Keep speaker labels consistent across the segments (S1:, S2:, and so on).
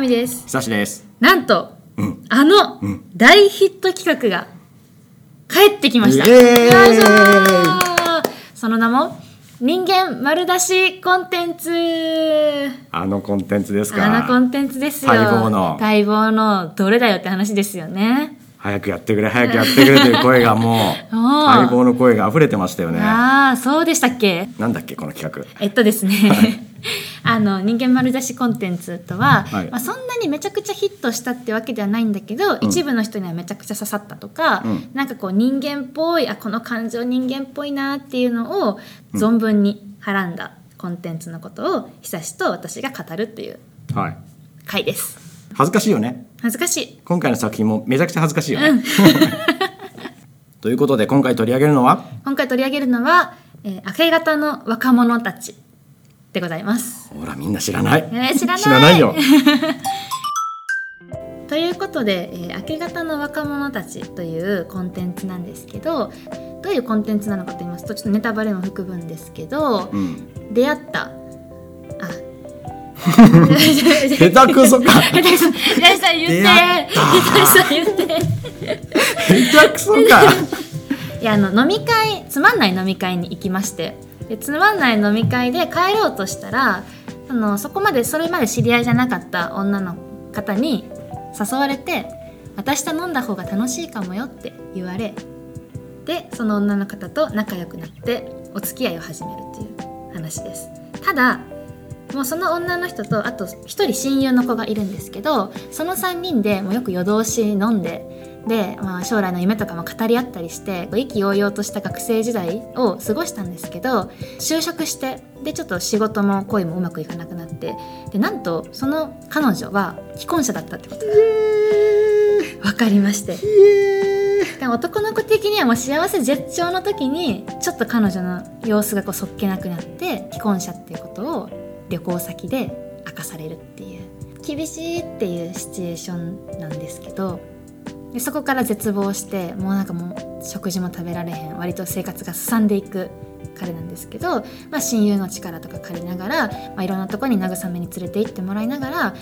S1: 上です
S2: 久しです。
S1: なんと、
S2: うん
S1: あの
S2: うん
S1: 大ヒット企画が帰ってきました
S2: イエーイ
S1: よいしょーその名も人間丸出しコンテンツ
S2: あのコンテンツですか。
S1: あのコンテンツですよ
S2: 待望の
S1: 待望のどれだよって話ですよね
S2: 早くやってくれ、早くやってくれという声がも う、
S1: おー
S2: 待望の声が溢れてましたよね。
S1: ああそうでしたっけ
S2: なんだっけ、この企
S1: えっとですね、 あの人間丸出しコンテンツとは、
S2: はい
S1: まあ、そんなにめちゃくちゃヒットしたってわけではないんだけど、一部の人にはめちゃくちゃ刺さったとか、
S2: うん
S1: なんかこう人間っぽいあこの感情人間っぽいなっていうのを存分にはらんだコンテンツのことを久しと私が語るっていう
S2: 画。はい。
S1: 回です
S2: 恥ずかしいよね。
S1: 恥ずかしい
S2: 今回の作品もめちゃくちゃ恥ずかしいよね。 ということで、今回取り上げるのは、
S1: 今回取り上げるのは、えー、明け方の若者たちでございます
S2: ほら、みんな知らない。
S1: えー知らない
S2: 知 らないよ。
S1: ということで、えー明け方の若者たち」というコンテンツなんですけどどういうコンテンツなのかと言いますとちょっとネタバレも含むんですけど
S2: うん。
S1: 出会ったあ
S2: 下手くそか。
S1: 下手くそ下手くそ言って
S2: 出会 った
S1: 下手くそ言って
S2: 下手くそか。
S1: いやあの飲み会つまんない飲み会に行きましてでつまんない飲み会で帰ろうとしたらあのそこまでそれまで知り合いじゃなかった女の方に誘われて「私と飲んだ方が楽しいかもよ」って言われでその女の方と仲良くなってお付き合いを始めるっていう話ですただもうその女の人とあと1人親友の子がいるんですけどその3人でもうよく夜通し飲んでで、まあ、将来の夢とかも語り合ったりしてこう意気揚々とした学生時代を過ごしたんですけど就職してでちょっと仕事も恋もうまくいかなくなってでなんとその彼女は既婚者だったってことが分かりましてでも男の子的にはもう幸せ絶頂の時にちょっと彼女の様子がこうそっけなくなって既婚者っていうことを旅行先で明かされるっていう厳しいっていうシチュエーションなんですけどでそこから絶望してもうなんかもう食事も食べられへん割と生活が進んでいく彼なんですけど、まあ、親友の力とか借りながら、まあ、いろんなとこに慰めに連れて行ってもらいながら、ま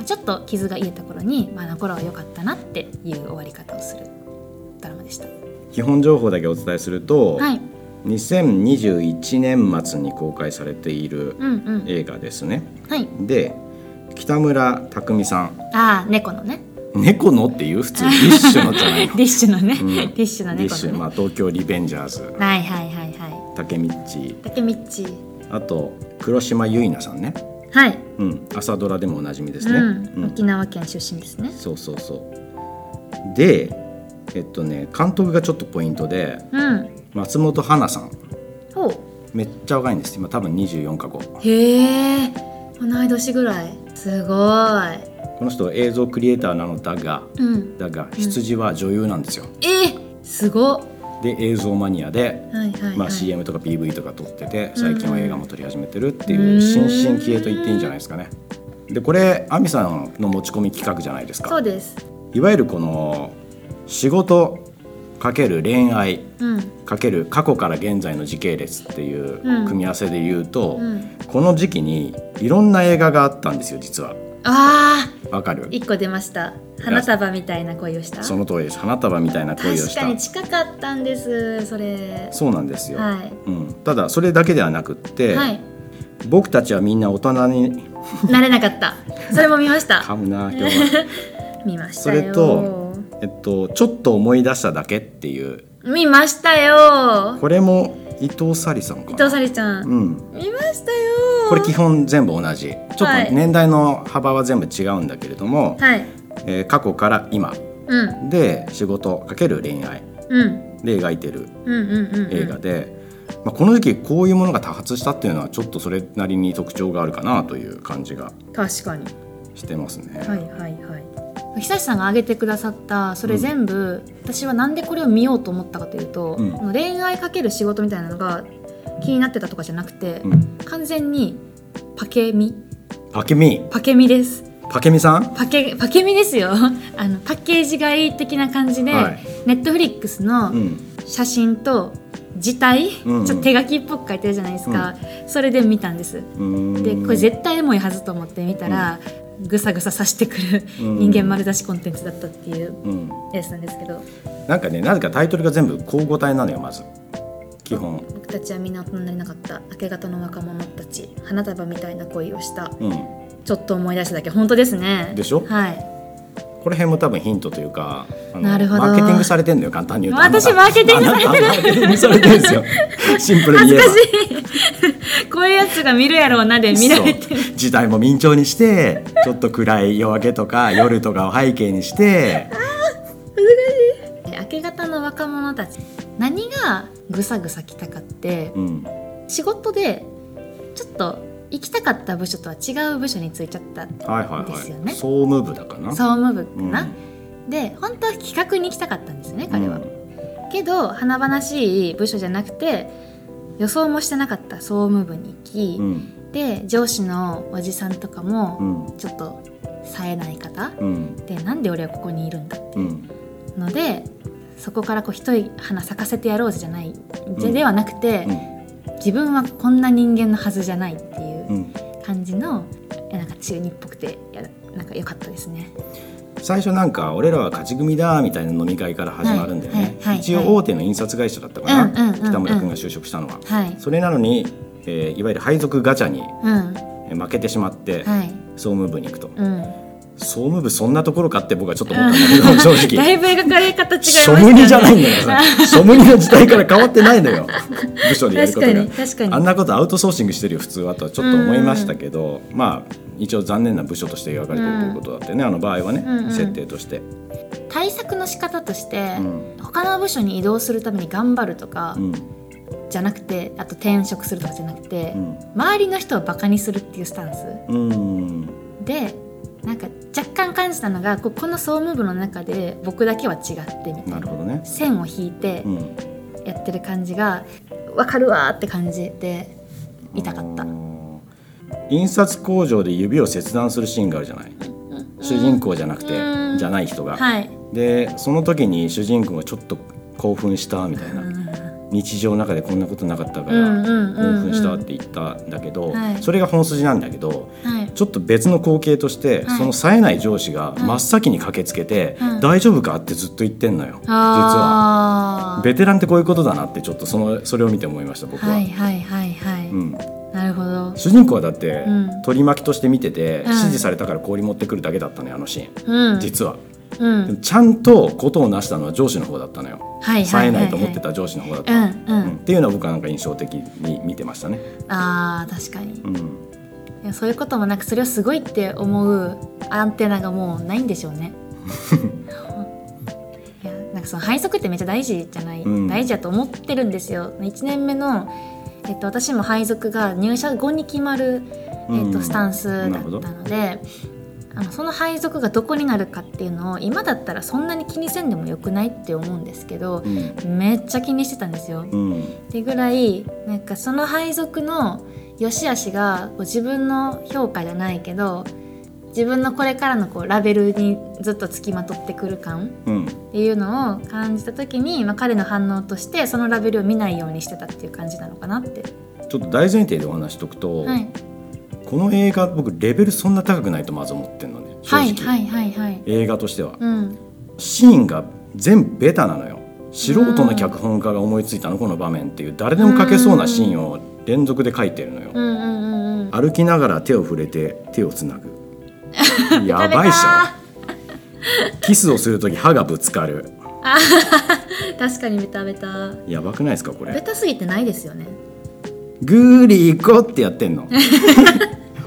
S1: あ、ちょっと傷が癒えた頃に、まあ、あの頃は良かったなっていう終わり方をするドラマでした。
S2: 基本情報だけお伝えすると、
S1: はい、
S2: 2021年末に公開されている
S1: うんうん、
S2: 映画ですね。
S1: はい、
S2: で北村匠海さん
S1: ああ猫のね
S2: 「猫の」っていう普通ディッシュのじゃない の
S1: ディッシュのね、
S2: うん
S1: ディッシュの
S2: ディッ
S1: 猫
S2: シュ、ま
S1: のね、
S2: あ、東京リベンジャーズ
S1: はいはいはいは
S2: 竹道
S1: い竹道
S2: あと黒島結菜さんね、
S1: はい、
S2: うん、朝ドラでもおなじみですね、
S1: うん、
S2: うん
S1: 沖縄県出身ですね
S2: そうそうそうでえっとね監督がちょっとポイントで
S1: うん
S2: 松本花さん
S1: ほう
S2: めっちゃ若いんです今多分24か5
S1: へえ同い年ぐらいすごい
S2: この人映像クリエイターなのだが
S1: うん
S2: だが羊は女優なんですよ、
S1: えー、すごっ
S2: で映像マニアで
S1: はいはい、はい
S2: まあ、CM とか PV とか撮ってて最近は映画も撮り始めてるって
S1: う
S2: い
S1: ん
S2: う新進気鋭と言っていいんじゃないですかね。でこれ亜美さんの持ち込み企画じゃないです
S1: そ
S2: か
S1: うです
S2: いわゆるこの仕事かける恋愛
S1: うん
S2: かける過去から現在の時系列っていう
S1: うん
S2: 組み合わせで言うと、
S1: うん
S2: この時期にいろんな映画があったんですよ実は。
S1: ああ
S2: わかる
S1: 一個出ました花束みたいな恋をした
S2: その通りです花束みたいな恋を
S1: 確
S2: した
S1: かに近かったんですそれ
S2: そうなんですよ、
S1: は
S2: うん、ただそれだけではなくって、
S1: いはい
S2: 僕たちはみんな大人に
S1: 慣れなかったそれも見ました
S2: 噛むな今日は。
S1: 見まし
S2: そ
S1: たよ
S2: れと、えっと、ちょっと思い出しただけっていう
S1: 見ましたよ
S2: これも伊藤沙莉さんか
S1: 伊
S2: な
S1: 藤沙莉ちゃん、
S2: うん、
S1: 見ましたよ
S2: これ基本全部同じちょっと
S1: はい
S2: 年代の幅は全部違うんだけれども、
S1: はい
S2: えー過去から今
S1: うん
S2: で仕事かける恋愛
S1: うん
S2: で描いてる
S1: うんうんうんうん
S2: 映画で、まあ、この時期こういうものが多発したっていうのはちょっとそれなりに特徴があるかなという感じが
S1: 確かに
S2: してますね。
S1: はいはいはい久志さんが挙げてくださったそれ全部、私はなんでこれを見ようと思ったかというと、
S2: うん
S1: この恋愛かける仕事みたいなのが気になってたとかじゃなくて、
S2: うん、
S1: 完全にパケミ
S2: パケミ
S1: パケミです
S2: パケミさん、
S1: パケパケミですよ あのパッケージ買い的な感じで、
S2: はい
S1: ネットフリックスの、
S2: うん、
S1: 写真と字体、
S2: うんうん
S1: ちょっと手書きっぽく書いてるじゃないですか、それで見たんです
S2: うーん
S1: でこれ絶対エモいはずと思って見たら、ぐさぐさ刺してくる
S2: うん
S1: 人間丸出しコンテンツだったっていう
S2: うん、
S1: やつなんですけど
S2: なんかねなぜかタイトルが全部交互体なのよまず基本
S1: 僕たちはみんな大人になれなかった明け方の若者たち花束みたいな恋をした
S2: うん
S1: ちょっと思い出しただけ本当ですね
S2: でしょ
S1: はい
S2: この辺も多分ヒントというかあの
S1: なるほど
S2: マーケティングされてんのよ簡単に言うと
S1: 私
S2: あな
S1: マ
S2: た
S1: ーケティングされてる
S2: あなたマーケティングされてるんで すよシンプルに
S1: 恥
S2: 言
S1: ず
S2: えば
S1: かしいこういうやつが見るやろうなで見られてる
S2: そう時代も明調にしてちょっと暗い夜明けとか夜とかを背景にして
S1: 明け方の若者たち何がぐさぐさ来たかって
S2: うん
S1: 仕事でちょっと行きたかった部署とは違う部署に就いちゃった
S2: はいはい
S1: で
S2: は
S1: す
S2: い、
S1: よね
S2: 総務部だかな
S1: 総務部
S2: うん
S1: かな、で本当は企画に行きたかったんですよね彼は、けど華々しい部署じゃなくて予想もしてなかった総務部に行き、
S2: うん
S1: で上司のおじさんとか
S2: う
S1: も
S2: ん
S1: ちょっと冴えない方
S2: うん
S1: でなんで俺はここにいるんだ
S2: うん
S1: のでそこからこう一人花咲かせてやろうじゃない、で
S2: うん
S1: ではなくて、自分はこんな人間のはずじゃないっていう
S2: うんうん
S1: 感じのえなんか中二っぽくてやなんか良かったですね。
S2: 最初なんか俺らは勝ち組だみたいな飲み会から始まるんだよ
S1: はいは
S2: ね
S1: いはい
S2: 一応大手の印刷会社だったか
S1: うんうんうん
S2: な
S1: うん
S2: 北村君が就職したのは
S1: はい、
S2: それなのに、えーいわゆる配属ガチャに
S1: うん、
S2: えー負けてしまって
S1: はい、
S2: 総務部に行くと
S1: うん、
S2: 総務部そんなところかって僕はちょっと思ったん だけど正
S1: だ
S2: 直
S1: いぶ描かれ方違いました
S2: 庶
S1: ね。
S2: 務にじゃな いんだよさ庶務にの時代から変わってないのよ部署でやる
S1: 確
S2: こ
S1: か
S2: とが
S1: に確かに。
S2: あんなことアウトソーシングしてるよ普通はとはちょっと思いましたけどまあ一応残念な部署として描かれてるということだってねあの場合はね
S1: うんうん
S2: 設定として。
S1: 対策の仕方として、
S2: うん
S1: 他の部署に移動するために頑張るとか、
S2: うん
S1: じゃなくてあと転職するとかじゃなくて、
S2: うん
S1: 周りの人をバカにするっていうスタンス
S2: うん
S1: でなんか若干感じたのがここの総務部の中で僕だけは違ってみた
S2: ないる
S1: な
S2: ほどね。
S1: 線を引いて
S2: うん、
S1: やってる感じが分かるわーって感じで痛かった
S2: あー。印刷工場で指を切断するシーンがあるじゃない。主人公じゃなくて
S1: うん
S2: じゃない人が。
S1: はい、
S2: でその時に主人公がちょっと興奮したみたいな、日常の中でこんなことなかったか
S1: う
S2: ら
S1: んうんうんうん
S2: 興奮したって言ったんだけど、
S1: はい
S2: それが本筋なんだけど。
S1: はい、
S2: ちょっと別の光景として、
S1: はい
S2: その冴えない上司が
S1: い
S2: 真っ先に駆けつけて「
S1: はい
S2: 大丈夫か?」ってずっと言ってんのよ、実
S1: あ
S2: は
S1: ー
S2: ベテランってこういうことだなってちょっとそのそれを見て思いました僕は、
S1: はいはいはいはい、
S2: うん、
S1: なるほど。
S2: 主人公はだって、
S1: うん
S2: 取り巻きとして見てて、
S1: ん
S2: 指示されたから氷持ってくるだけだったのよあのシーン、
S1: うん、
S2: 実は、
S1: う
S2: でも
S1: ん、
S2: ちゃんとことを成したのは上司の方だったのよ
S1: はいはいはい、はい、
S2: 冴えないと思ってた上司の方だったの、
S1: うんうん
S2: うんっていうのは僕はなんか印象的に見てましたね、
S1: あー確かに
S2: うん、
S1: いやそういうこともなくそれをすごいって思うアンテナがもうないんでしょう ねいやなんかその配足ってめっちゃ大事じゃない、
S2: うん
S1: 大事だと思ってるんですよ1年目の、えっと、私も配属が入社後に決まる、えっ
S2: う
S1: と、
S2: ん
S1: スタンスだっ
S2: なる
S1: た
S2: ほど
S1: ので、あのその配属がどこになるかっていうのを今だったらそんなに気にせんでもよくないって思うんですけど
S2: う、ん
S1: めっちゃ気にしてたんですよ。
S2: うん
S1: ってぐらいなんかその配属の良し悪しがこう自分の評価じゃないけど自分のこれからのこうラベルにずっとつきまとってくる感
S2: うん
S1: っていうのを感じた時に、まあ、彼の反応としてそのラベルを見ないようにしてたっていう感じなのかなって。
S2: ちょっと大前提でお話しとくと、
S1: はい、
S2: この映画僕レベルそんな高くないとまず思ってんのね正
S1: はい
S2: 直、
S1: はいはいはい。
S2: 映画としては、
S1: うん、
S2: シーンが全部ベタなのよ素人の脚本家が思いついたのこの場面っていう誰でも書けそうなシーンを連続で書いてるのよ、
S1: うんうんうんうん。
S2: 歩きながら手を触れて手をつなぐ やばいっしょキスをする時歯がぶつかる
S1: ょ。確かにベタベタ。
S2: やばくないですかこ
S1: ベ
S2: れ
S1: タすぎてないですよね。
S2: グーリーコってやっ てんの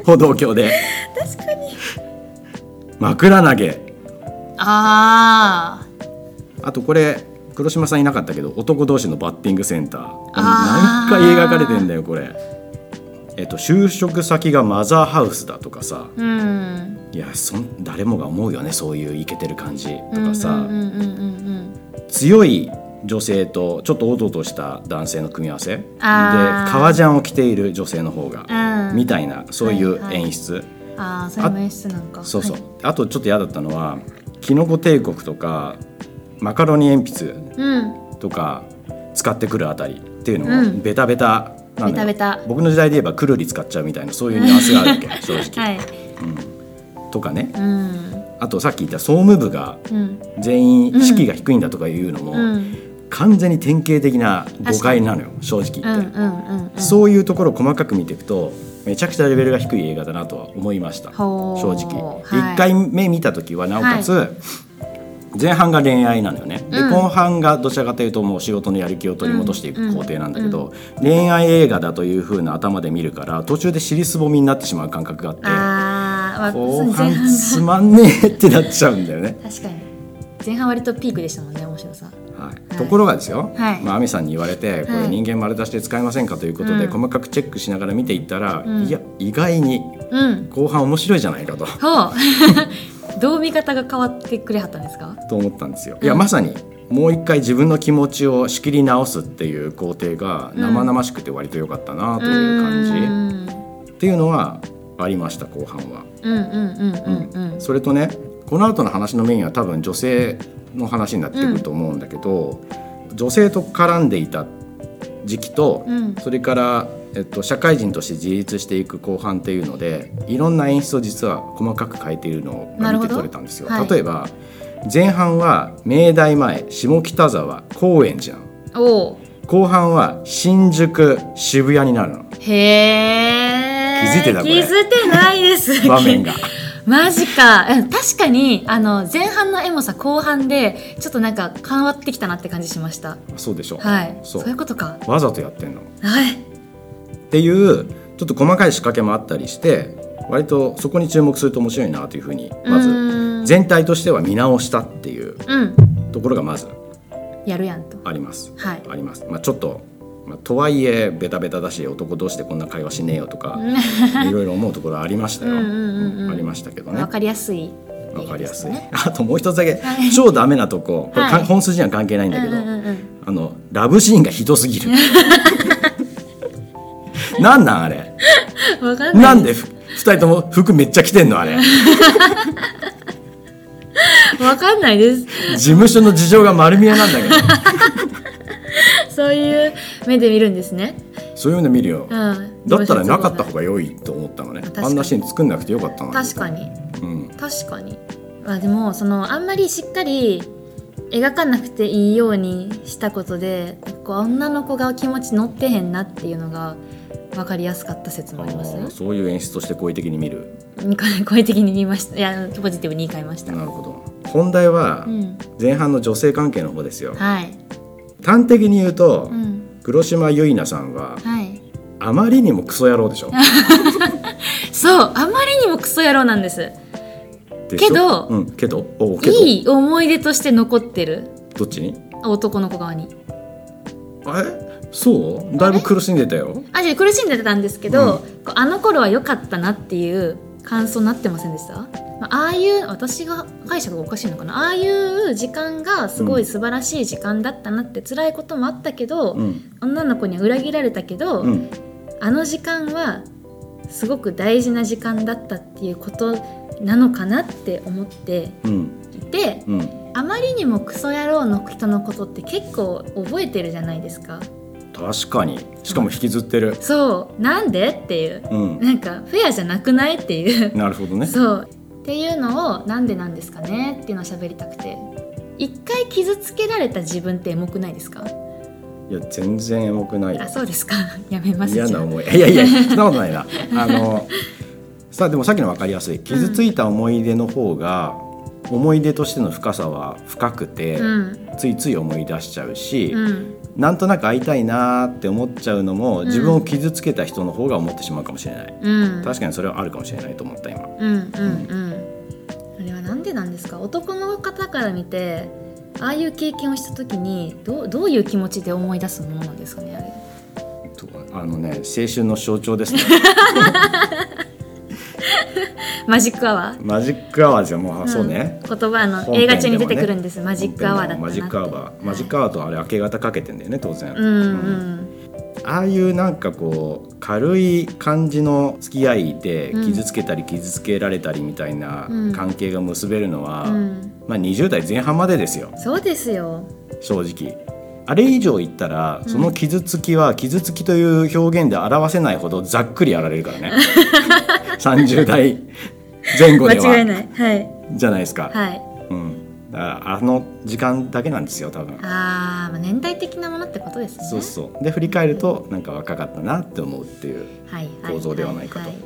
S2: 歩道橋で
S1: 確かに。
S2: 枕投げ
S1: あー
S2: あとこれ黒島さんいなかったけど男同士のバッティングセンター
S1: あ
S2: 何
S1: ー
S2: 回描かれてんだよこれえっと就職先がマザーハウスだとかさ
S1: うん。
S2: いやそん誰もが思うよねそういうイケてる感じとかさ、
S1: うんうんうんうんうん。
S2: 強い女性とちょっとおどおどした男性の組み合わせで
S1: あー
S2: 革ジャンを着ている女性の方が、
S1: うん
S2: みたいなそういう
S1: はいはい
S2: 演出、
S1: ああそれも演出なんか
S2: そうそう、
S1: はい
S2: あとちょっと嫌だったのはキノコ帝国とかマカロニ鉛筆
S1: うん
S2: とか使ってくるあたりっていうの
S1: う
S2: も
S1: ん
S2: ベタベタなの
S1: ベ
S2: よ、
S1: タベタ
S2: 僕の時代で言えばくるり使っちゃうみたいなそういうニュアンスがあるわけ正直、
S1: はい
S2: とかね
S1: うん
S2: あとさっき言った総務部が
S1: うん
S2: 全員士気が低いんだとかいうのも、
S1: うん
S2: 完全に典型的な誤解なのよ正直
S1: う
S2: 言
S1: んう
S2: って、
S1: んうん
S2: そういうところを細かく見ていくとめちゃくちゃレベルが低い映画だなとは思いました
S1: ほう
S2: 正直、で
S1: はい
S2: 1回目見た時はなおかつ、前半が恋愛なのよね、で
S1: うん
S2: 後半がどちらかというともう仕事のやる気を取り戻してい
S1: うん
S2: く工程なんだけど、恋愛映画だというふうな頭で見るから途中で尻すぼみになってしまう感覚があって
S1: あーわ
S2: 後
S1: 前半、
S2: 半つまんねえってなっちゃうんだよね
S1: 確かに前半割とピークでしたもんね面白さ
S2: はい、ところがですよ、
S1: はい
S2: まあ、亜美さんに言われてこ
S1: は
S2: れ
S1: い
S2: 人間丸出しで使えませんかということで、
S1: うん
S2: 細かくチェックしながら見ていったら、
S1: うん
S2: いや意外に
S1: うん
S2: 後半面白いじゃないかと
S1: ほう どう見方が変わってくれはったんですか
S2: と思ったんですよ。いや
S1: うん
S2: まさにもう一回自分の気持ちを仕切り直すっていう工程が生々しくて割と良かったなという感じっていうのはありました後半は。
S1: うんうんうんうんうんうん
S2: それとねこの後の話のメインは多分女性の話になってくると思うんだけど、女性と絡んでいた時期と、
S1: うん
S2: それから、えっと、社会人として自立していく後半っていうのでいろんな演出を実は細かく変えているの
S1: な
S2: が
S1: る
S2: 見
S1: ほ
S2: て
S1: ど
S2: 取れたんですよ。
S1: はい
S2: 例えば前半は明大前下北沢高円寺なの
S1: おう
S2: 後半は新宿渋谷になるの
S1: へー
S2: 気づいてたこれ
S1: 気づいてないです
S2: 場面が。
S1: マジかうん確かにあの前半のエモさ後半でちょっとなんか変わってきたなって感じしました
S2: そうでしょ、
S1: はいそ
S2: そうう
S1: いうことか
S2: わざとやってんの
S1: はい
S2: っていうちょっと細かい仕掛けもあったりして割とそこに注目すると面白いなというふうにま
S1: う
S2: ず
S1: ーん
S2: 全体としては見直したっていう
S1: うん
S2: ところがまず
S1: やるやんと
S2: あります。
S1: はい
S2: あります、まあ、ちょっと、まあ、とはいえベタベタだし男同士でこんな会話しねえよ とかいろいろ思うところはありましたよ。
S1: うんうんうんうん
S2: ありましたけどね
S1: わ。かりやすい
S2: わかりやすい
S1: ね。
S2: あともう一つだけ
S1: はい
S2: 超ダメなとここれか
S1: はい
S2: 本筋には関係ないん
S1: うん
S2: だけど、
S1: うんうんうん
S2: あのラブシーンがひど すぎる。なんなんあれ。
S1: わかんな
S2: ないんでふ二人とも服めっちゃ着てんのあれ
S1: わかんないです
S2: 事務所の事情が丸見えなんだけど
S1: そういう目で見るんですね。
S2: そういうの見るよ
S1: うん。
S2: だったらなかった方が良いと思ったのね
S1: 確かに
S2: あんなシーン作んなくてよかったの
S1: 確かに
S2: うん、
S1: 確かに。まあでもそのあんまりしっかり描かなくていいようにしたことで、こう女の子が気持ち乗ってへんなっていうのが分かりやすかった説もあります
S2: あ
S1: ね
S2: あ。そういう演出として好意的に見る
S1: 二回声的に見ました。いやポジティブに言い換えました。
S2: なるほど本題は
S1: うん。
S2: 前半の女性関係の方ですよ、
S1: はい。
S2: 端的に言うと、
S1: うん。
S2: 黒島結菜さんは
S1: はい。
S2: あまりにもクソ野郎でしょ
S1: そうあまりにもクソ野郎なんです。
S2: でしょ
S1: けど
S2: うん、けどおうけど
S1: いい思い出として残ってる
S2: どっちに
S1: 男の子側に。
S2: えそうだいぶ苦しんでたよ
S1: あじゃあ苦しんでたんですけど、こうあの頃は良かったなっていう感想になってませんでした、まあ、ああいう私が解釈がおかしいのかなああいう時間がすごい素晴らしい時間だったなって辛いこともあったけど、
S2: うん
S1: 女の子には裏切られたけど、
S2: うん
S1: あの時間はすごく大事な時間だったっていうことなのかなって思って
S2: うん
S1: いて
S2: うん
S1: あまりにもクソ野郎の人のことって結構覚えてるじゃないですか
S2: 確かにしかも引きずってる
S1: そうなんでっていう
S2: うん
S1: なんかフェアじゃなくないっていう、
S2: なるほどね
S1: そうっていうのをなんでなんですかねっていうのを喋りたくて一回傷つけられた自分ってエモくないですか
S2: いや全然エモくない
S1: あそうですか やめます
S2: 嫌
S1: じゃ
S2: な
S1: あ
S2: 思いい やいやそんなことないなあのさあでもさっきの分かりやすい傷ついた思い出の方が、思い出としての深さは深くて、
S1: うん
S2: ついつい思い出しちゃうし、
S1: うん
S2: なんとなく会いたいなーって思っちゃうのも、
S1: ん
S2: 自分を傷つけた人の方が思ってしまうかもしれない
S1: うん
S2: 確かにそれはあるかもしれないと思った今
S1: うんうんうんあれはなんでなんですか男の方から見てああいう経験をした時にどうどういう気持ちで思い出すものなんですかねあれ
S2: とあのね青春の象徴ですね
S1: マジックアワー
S2: マジックアワーですよもう、あそうね
S1: 言葉あの
S2: 本編でもね
S1: 映画中に出てくるんです、マジックアワーだったなって
S2: マジックアワーマジックアワーとあれ明け方かけてんだよね当
S1: う
S2: 然、
S1: ん
S2: あ
S1: うん
S2: あいうなんかこう軽い感じの付き合いで
S1: うん
S2: 傷つけたり傷つけられたりみたいな
S1: うん
S2: 関係が結べるのは、
S1: うん、
S2: まあ、20代前半までですよ
S1: そうですよ。
S2: 正直あれ以上言ったら
S1: うん
S2: その傷つきは傷つき という表現で表せないほどざっくりやられるからね30代前後で
S1: 間違い
S2: は
S1: ないはい
S2: じゃないですか、
S1: はい
S2: うん、だからあの時間だけなんですよ多分
S1: あー、まあ年代的なものってことですね
S2: そうそうで振り返るとなんか若かったなって思うっていう
S1: はいはい
S2: 構造ではないかと
S1: はい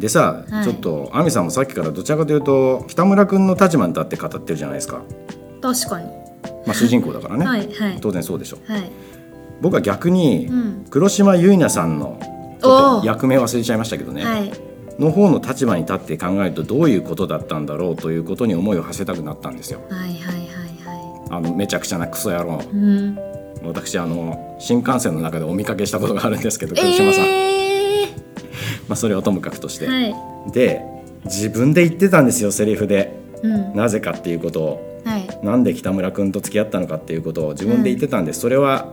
S2: でさ、
S1: はい
S2: ちょっと亜美さんもさっきからどちらかというと北村君の立場に立って語ってるじゃないですか、
S1: 確かに、
S2: まあ、主人公だからね、
S1: はいはい
S2: 当然そうでしょ
S1: はい
S2: 僕は逆に
S1: うん
S2: 黒島結菜さんのちょっ
S1: お
S2: と
S1: ー
S2: 役名忘れちゃいましたけどね、
S1: はい
S2: の方の立場に立って考えるとどういうことだったんだろうということに思いを馳せたくなったんですよ。
S1: はいはいはいは
S2: あのめちゃくちゃなクソ野郎
S1: いうん
S2: 私あの新幹線の中でお見かけしたことがあるんですけど黒島さん、
S1: えー
S2: まあ、それはともかくとして、
S1: はい
S2: で自分で言ってたんですよセリフで
S1: うん
S2: なぜかっていうことを。
S1: はい
S2: なんで北村君と付き合ったのかっていうことを自分で言ってたんです、それは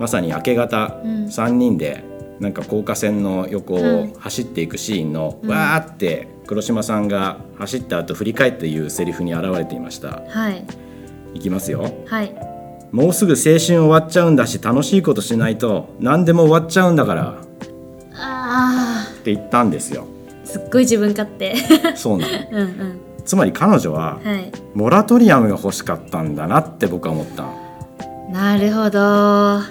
S2: まさに明け方、
S1: うん
S2: 3人でなんか高架線の横
S1: うん
S2: を走っていくシーンの、
S1: うん
S2: わーって黒島さんが走った後振り返っていうセリフに現れていました
S1: はい
S2: いきますよ
S1: はい
S2: もうすぐ青春終わっちゃうんだし楽しいことしないと何でも終わっちゃうんだから
S1: あ
S2: って言ったんです よ
S1: ーすっごい自分勝手
S2: そうなの
S1: うんうん
S2: つまり彼女は
S1: はい
S2: モラトリアムが欲しかったんだなって僕は思ったの
S1: なるほどは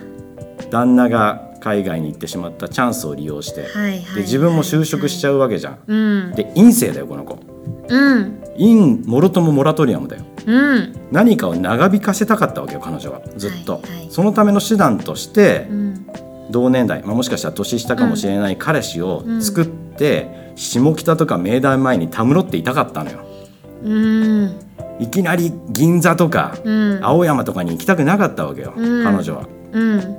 S2: 旦那が海外に行ってしまったチャンスを利用して、
S1: いはいはい
S2: で自分も就職しちゃ
S1: う
S2: うわけじゃん、
S1: うん
S2: で陰性だよこの子
S1: うん
S2: 陰もろともモラトリアムだよ
S1: うん
S2: 何かを長引かせたかったわけよ彼女はずっと、
S1: はいはい
S2: そのための手段として
S1: う、ん
S2: 同年代、まあ、もしかしたら年下かもしれない彼氏を
S1: うん
S2: 作って、下北とか明大前にたむろっていたかったのよ
S1: うん
S2: いきなり銀座とか、
S1: うん
S2: 青山とかに行きたくなかったわけよ、
S1: うん
S2: 彼女は
S1: うん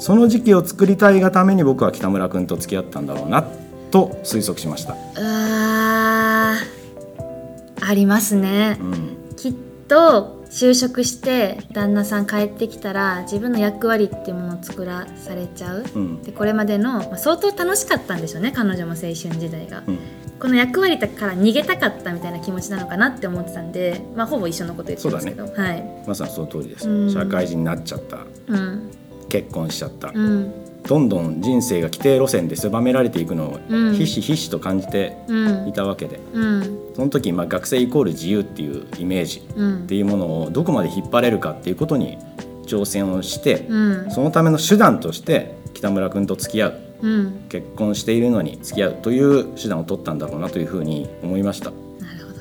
S2: その時期を作りたいがために僕は北村君と付き合ったんだろうなと推測しました、
S1: うわーありますね
S2: うん、
S1: きっと就職して旦那さん帰ってきたら自分の役割っていうものを作らされちゃう、
S2: うん
S1: でこれまでの、まあ、相当楽しかったんでしょうね彼女も青春時代が、
S2: うん
S1: この役割から逃げたかったみたいな気持ちなのかなって思ってたんで、まあ、ほぼ一緒のこと言ってますけど、はい
S2: まさにその通りです、
S1: うん
S2: 社会人になっちゃった
S1: うん
S2: 結婚しちゃった、
S1: うん
S2: どんどん人生が規定路線で狭められていくの
S1: う
S2: を
S1: ん
S2: ひしひしと感じて
S1: うん
S2: いたわけで、
S1: うん
S2: その時、まあ、学生イコール自由っていうイメージ
S1: う
S2: っ
S1: ん
S2: ていうものをどこまで引っ張れるかっていうことに挑戦をして、
S1: うん
S2: そのための手段として北村君と付き合う
S1: うん
S2: 結婚しているのに付き合うという手段を取ったんだろうなというふうに思いました
S1: なるほど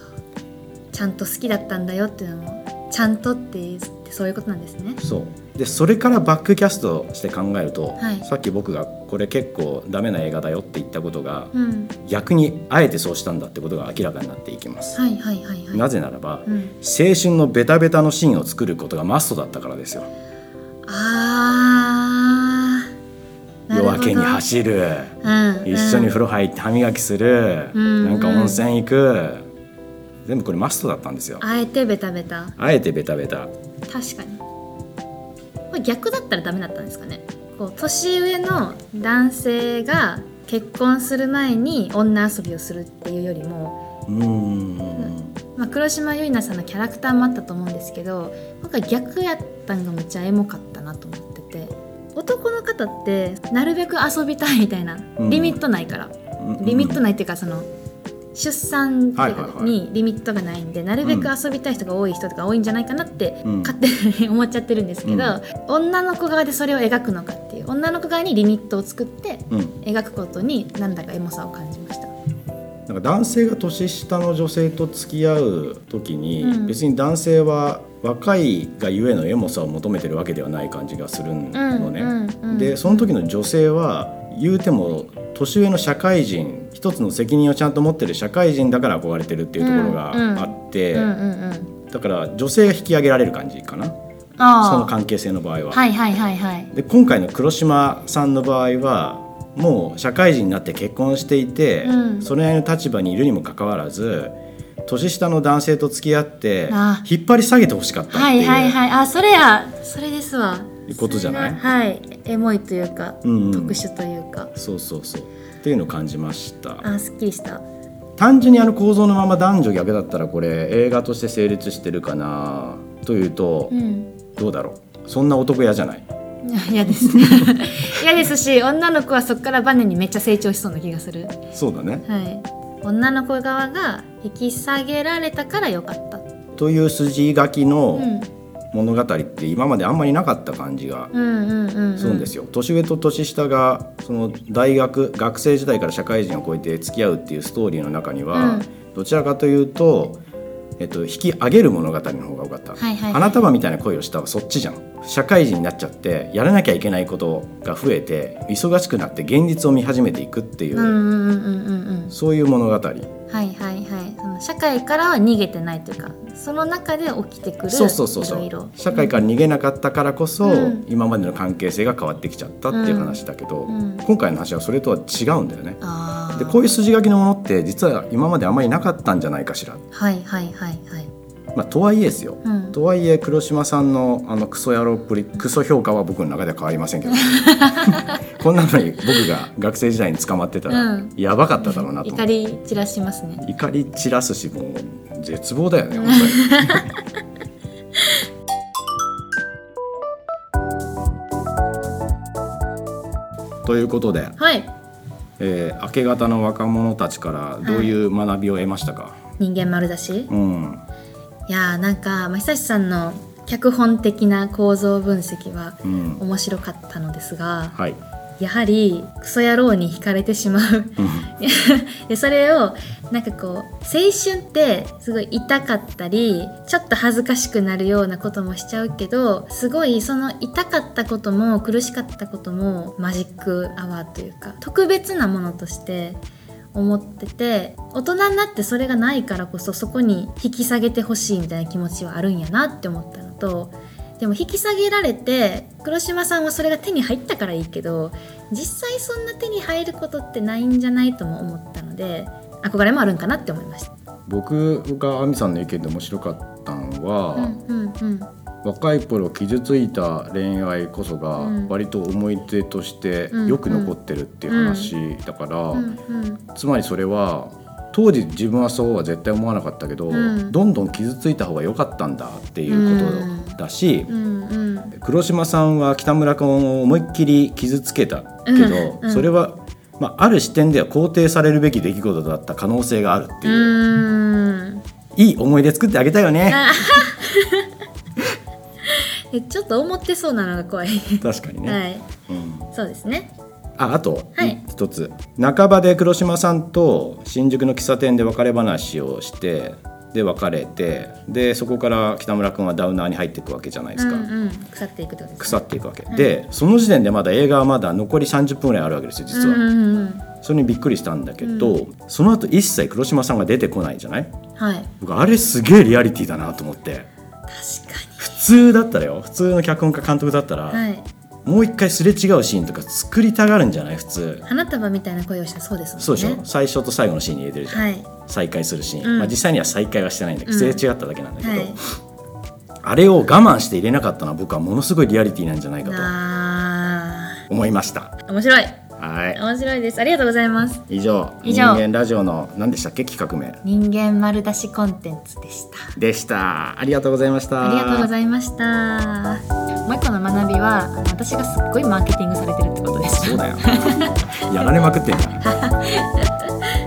S1: ちゃんと好きだったんだよっていうのもちゃんとって言ってそういうことなんですね
S2: そうでそれからバックキャストして考えると、
S1: はい
S2: さっき僕がこれ結構ダメな映画だよって言ったことが、
S1: うん
S2: 逆にあえてそうしたんだってことが明らかになっていきます、
S1: はいはいはいはい
S2: なぜならば、
S1: うん、
S2: 青春のベタベタのシーンを作ることがマストだったからですよ
S1: あーなる
S2: 夜
S1: ほど
S2: 明けに走る
S1: うんうん
S2: 一緒に風呂入って歯磨きする、
S1: うん
S2: なんか温泉行く全部これマストだったんですよ
S1: あえてベタベタ
S2: あえてベタベタ
S1: 確かにこれ逆だったらダメだったんですかねこう年上の男性が結婚する前に女遊びをするっていうよりも、
S2: うーん
S1: まあ、黒島結菜さんのキャラクターもあったと思うんですけど今回逆やったんがめっちゃエモかったなと思ってて男の方ってなるべく遊びたいみたいな
S2: うん
S1: リミットないから、
S2: うん
S1: リミットないっていうかその出産と
S2: はいはい
S1: か
S2: はい
S1: にリミットがないんで、なるべく遊びたい人が多い人とか多いんじゃないかなって
S2: うん
S1: 勝手に思っちゃってるんですけど、
S2: うん
S1: 女の子側でそれを描くのかっていう女の子側にリミットを作って
S2: うん、
S1: 描くことになんだかエモさを感じました。
S2: なんか男性が年下の女性と付き合う時に、
S1: うん
S2: 別に男性は若いがゆえのエモさを求めてるわけではない感じがするのね、
S1: うんうんうん
S2: でその時の女性は言うても年上の社会人一つの責任をちゃんと持ってる社会人だから憧れてるっていうところがあって、
S1: うんうんうん、
S2: だから女性が引き上げられる感じかな
S1: あー
S2: その関係性の場合は。
S1: はいはいはいはい。
S2: で今回の黒島さんの場合はもう社会人になって結婚していて、
S1: うん
S2: それなりの立場にいるにもかかわらず年下の男性と付き合って
S1: あ
S2: 引っ張り下げてほしかったっ
S1: は
S2: てい、
S1: いうはいはい。あそれやそれですわ。
S2: ことじゃない
S1: それがはい。エモいというか、
S2: うんうん
S1: 特殊というか。
S2: そうそうそうっていうのを感じました
S1: あすっきりした。
S2: 単純にあの構造のまま男女逆だったらこれ映画として成立してるかなというと、
S1: うん。
S2: どうだろうそんな男嫌じゃない
S1: いや嫌 ですね嫌ですし女の子はそこからバネにめっちゃ成長しそうな気がする
S2: そうだね
S1: はい女の子側が引き下げられたから良かった。
S2: という筋書き
S1: う
S2: の
S1: ん、
S2: 物語って今まであんまりなかった感じが
S1: うんうんうんうん。
S2: するんですよ。年上と年下がその大学学生時代から社会人を超えて付き合うっていうストーリーの中には、
S1: うん
S2: どちらかというと、えっと、引き上げる物語の方が多かった。
S1: はいはいはい
S2: 花束みたいな恋をしたはそっちじゃん社会人になっちゃってやらなきゃいけないことが増えて忙しくなって現実を見始めていくっていう、
S1: うんうんうんうんうんうん。
S2: そういう物語
S1: はいはいはい。その社会からは逃げてないというか、その中で起きてくる
S2: そうそうそうそう
S1: いろいろ
S2: 社会から逃げなかったからこそ、
S1: うん
S2: 今までの関係性が変わってきちゃったっていう話だけど、
S1: うんうん
S2: 今回の話はそれとは違うんだよね。
S1: あー
S2: でこういう筋書きのものって実は今まであまりなかったんじゃないかしら。
S1: はいはいはいはい。
S2: まあ、とはいえですよ、
S1: うん
S2: とはいえ黒島さんのあのクソ野郎っぷりクソ評価は僕の中では変わり ませんけどこんなのに僕が学生時代に捕まってたら、
S1: うん
S2: やばかっただろうなと思
S1: 怒
S2: って
S1: り散らしますね。
S2: 怒り散らすしもう絶望だよ ね本当に。ということで、
S1: はい。
S2: えー明け方の若者たちからどういう学びを得ましたか、
S1: 人間丸出し。
S2: うん
S1: いやーなんかまあ久志さんの脚本的な構造分析は
S2: うん
S1: 面白かったのですが、
S2: はい、
S1: やはりクソ野郎に惹かれてしまう。
S2: うん
S1: でそれをなんかこう青春ってすごい痛かったりちょっと恥ずかしくなるようなこともしちゃうけどすごいその痛かったことも苦しかったこともマジックアワーというか特別なものとして思ってて大人になってそれがないからこそそこに引き下げてほしいみたいな気持ちはあるんやなって思ったのとでも引き下げられて黒島さんはそれが手に入ったからいいけど実際そんな手に入ることってないんじゃないとも思ったので憧れもあるんかなって思いました。
S2: 僕が亜美さんの意見で面白かったのは、
S1: うんうんうん
S2: 若い頃傷ついた恋愛こそが
S1: うん
S2: 割と思い出として
S1: うん
S2: よく残ってるっていう話だから、
S1: うんうん
S2: つまりそれは当時自分はそうは絶対思わなかったけど、
S1: うん
S2: どんどん傷ついた方が良かったんだっていうことだし、
S1: うんうん
S2: 黒島さんは北村君を思いっきり傷つけたけど、
S1: うんうん
S2: それは、まあ、ある視点では肯定されるべき出来事だった可能性があるって
S1: う
S2: いう、
S1: ーん
S2: いい思い出作ってあげたよね
S1: あえちょっと思ってそうなのが怖い、
S2: 確かにね。
S1: はい
S2: うん
S1: そうですね
S2: ああと
S1: はい
S2: 一つ、半ばで黒島さんと新宿の喫茶店で別れ話をしてで別れてでそこから北村君はダウナーに入っていくわけじゃないですか、
S1: うんうん、腐っていくってことですね
S2: 腐っていくわけ、でその時点でまだ映画はまだ残り30分ぐらいあるわけですよ実は、
S1: うんうんうん
S2: それにびっくりしたんだけど、その後一切黒島さんが出てこないじゃない
S1: はい
S2: 僕あれすげえリアリティだなと思って
S1: 確
S2: 普通だったらよ普通の脚本家監督だったら、
S1: かにはい
S2: もう一回すれ違うシーンとか作りたがるんじゃない普通
S1: 花束みたいな声をしたそうですもんね
S2: そうでしょ、最初と最後のシーンに入れてるじゃん、
S1: はい
S2: 再会するシーン、
S1: うん
S2: まあ、実際には再会はしてないんだけど、
S1: うん
S2: すれ違っただけなんだけど、
S1: はい
S2: あれを我慢して入れなかったのは僕はものすごいリアリティなんじゃないか
S1: な
S2: と思いました。
S1: あ面白い
S2: はい
S1: 面白いですありがとうございます
S2: 以上
S1: 以上
S2: 人間ラジオの何でしたっけ企画名
S1: 人間丸出しコンテンツでした
S2: でしたありがとうございました
S1: ありがとうございましたもう一個の学びはあの私がすっごいマーケティングされてるってことです
S2: そうだよやられまくってんだ